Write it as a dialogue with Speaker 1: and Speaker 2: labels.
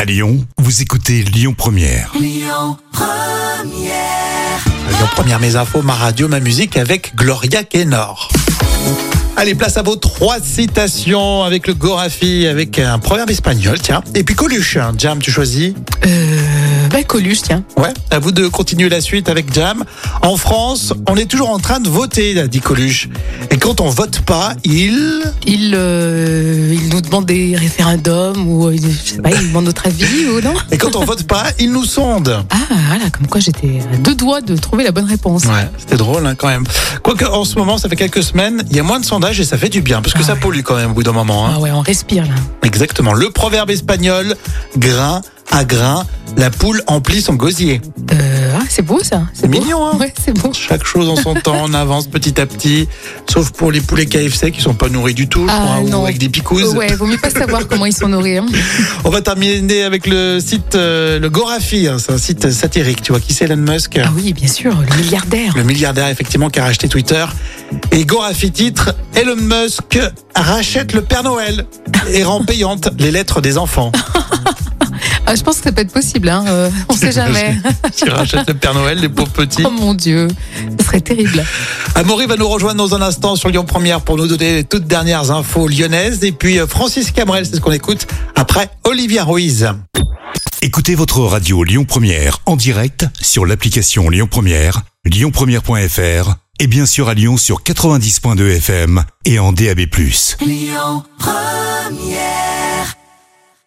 Speaker 1: À Lyon, vous écoutez Lyon Première.
Speaker 2: Lyon Première Mes Infos, ma radio, ma musique avec Gloria Gaynor. Allez, place à vos trois citations avec le Gorafi, avec un proverbe espagnol, tiens. Et puis Coluche, hein. Jam, tu choisis
Speaker 3: Euh, bah, Coluche, tiens.
Speaker 2: Ouais, à vous de continuer la suite avec Jam. En France, on est toujours en train de voter, a dit Coluche. Et quand on vote pas, il...
Speaker 3: Il, euh, il nous demande des référendums ou euh, je sais pas, il demande notre avis ou non
Speaker 2: Et quand on vote pas, il nous sonde.
Speaker 3: Ah, voilà, comme quoi j'étais à deux doigts de trouver la bonne réponse.
Speaker 2: Ouais, c'était drôle hein, quand même. Quoique en ce moment, ça fait quelques semaines, il y a moins de sondages et ça fait du bien, parce que
Speaker 3: Ah
Speaker 2: ça
Speaker 3: ouais.
Speaker 2: pollue quand même au bout d'un moment. hein.
Speaker 3: Ah ouais, on respire là.
Speaker 2: Exactement. Le proverbe espagnol, grain à grain, la poule emplit son gosier.
Speaker 3: Euh, ah, c'est beau ça.
Speaker 2: C'est
Speaker 3: beau.
Speaker 2: mignon, hein
Speaker 3: Ouais, c'est bon.
Speaker 2: Chaque chose en son temps, on avance petit à petit, sauf pour les poulets KFC qui sont pas nourris du tout, je
Speaker 3: Ah,
Speaker 2: crois, ou
Speaker 3: non.
Speaker 2: avec des picouses.
Speaker 3: Ouais, vaut mieux pas savoir comment ils sont nourris. hein.
Speaker 2: On va terminer avec le site, euh, le Gorafi, hein, c'est un site satirique, tu vois, qui c'est Elon Musk
Speaker 3: Ah oui, bien sûr, le milliardaire.
Speaker 2: Le milliardaire, effectivement, qui a racheté Twitter. Et Gorafi titre, Elon Musk rachète le Père Noël et rend payante les lettres des enfants.
Speaker 3: Ah, je pense que ça peut être possible, hein. euh, on sait jamais.
Speaker 2: Tu rachètes le Père Noël, les pauvres petits.
Speaker 3: Oh mon Dieu, ce serait terrible.
Speaker 2: Amaury va nous rejoindre dans un instant sur Lyon Première pour nous donner les toutes dernières infos lyonnaises. Et puis euh, Francis Cabrel, c'est ce qu'on écoute après Olivia Ruiz.
Speaker 1: Écoutez votre radio Lyon Première en direct sur l'application Lyon Première, lyonpremière.fr et bien sûr à Lyon sur 90.2 FM et en DAB+.